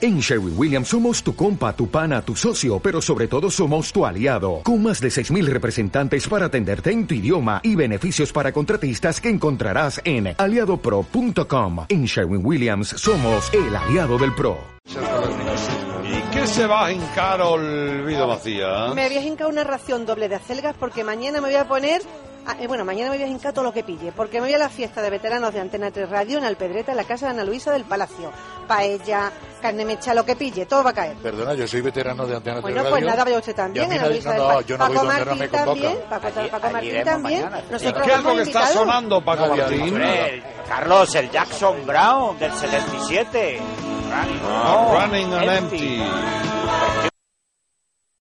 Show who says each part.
Speaker 1: En Sherwin Williams somos tu compa, tu pana, tu socio, pero sobre todo somos tu aliado, con más de 6.000 representantes para atenderte en tu idioma y beneficios para contratistas que encontrarás en aliadopro.com. En Sherwin Williams somos el aliado del PRO.
Speaker 2: ¿Y qué se va a hincar Olvido Macías?
Speaker 3: Me voy a hincar una ración doble de acelgas porque mañana me voy a poner. ah, eh, bueno, mañana me voy a hincar todo lo que pille, porque me voy a la fiesta de veteranos de Antena 3 Radio en Alpedreta, en la casa de Ana Luisa del Palacio. Paella, carne mecha, lo que pille, todo va a caer.
Speaker 4: Perdona, yo soy veterano de Antena 3
Speaker 3: Bueno,
Speaker 4: Radio.
Speaker 3: pues nada, vaya usted
Speaker 4: y a
Speaker 3: también,
Speaker 4: mí
Speaker 3: Ana
Speaker 4: nadie-
Speaker 3: Luisa
Speaker 4: no,
Speaker 3: del
Speaker 4: no,
Speaker 3: Palacio.
Speaker 4: yo no voy
Speaker 3: Paco
Speaker 4: donde no
Speaker 3: Martín
Speaker 4: me
Speaker 3: también,
Speaker 4: convocan.
Speaker 3: Paco,
Speaker 5: Allí-
Speaker 3: Paco
Speaker 5: allí
Speaker 3: Martín
Speaker 5: iremos
Speaker 3: también.
Speaker 5: mañana.
Speaker 3: Nosotros
Speaker 2: ¿Qué es lo
Speaker 3: hemos
Speaker 2: que está
Speaker 3: invitado.
Speaker 2: sonando, Paco
Speaker 4: Nadie,
Speaker 2: Martín?
Speaker 4: nadie.
Speaker 5: Hombre, el- Carlos, el Jackson Brown del 77. Running,
Speaker 2: Ah, running on
Speaker 5: empty.
Speaker 2: empty.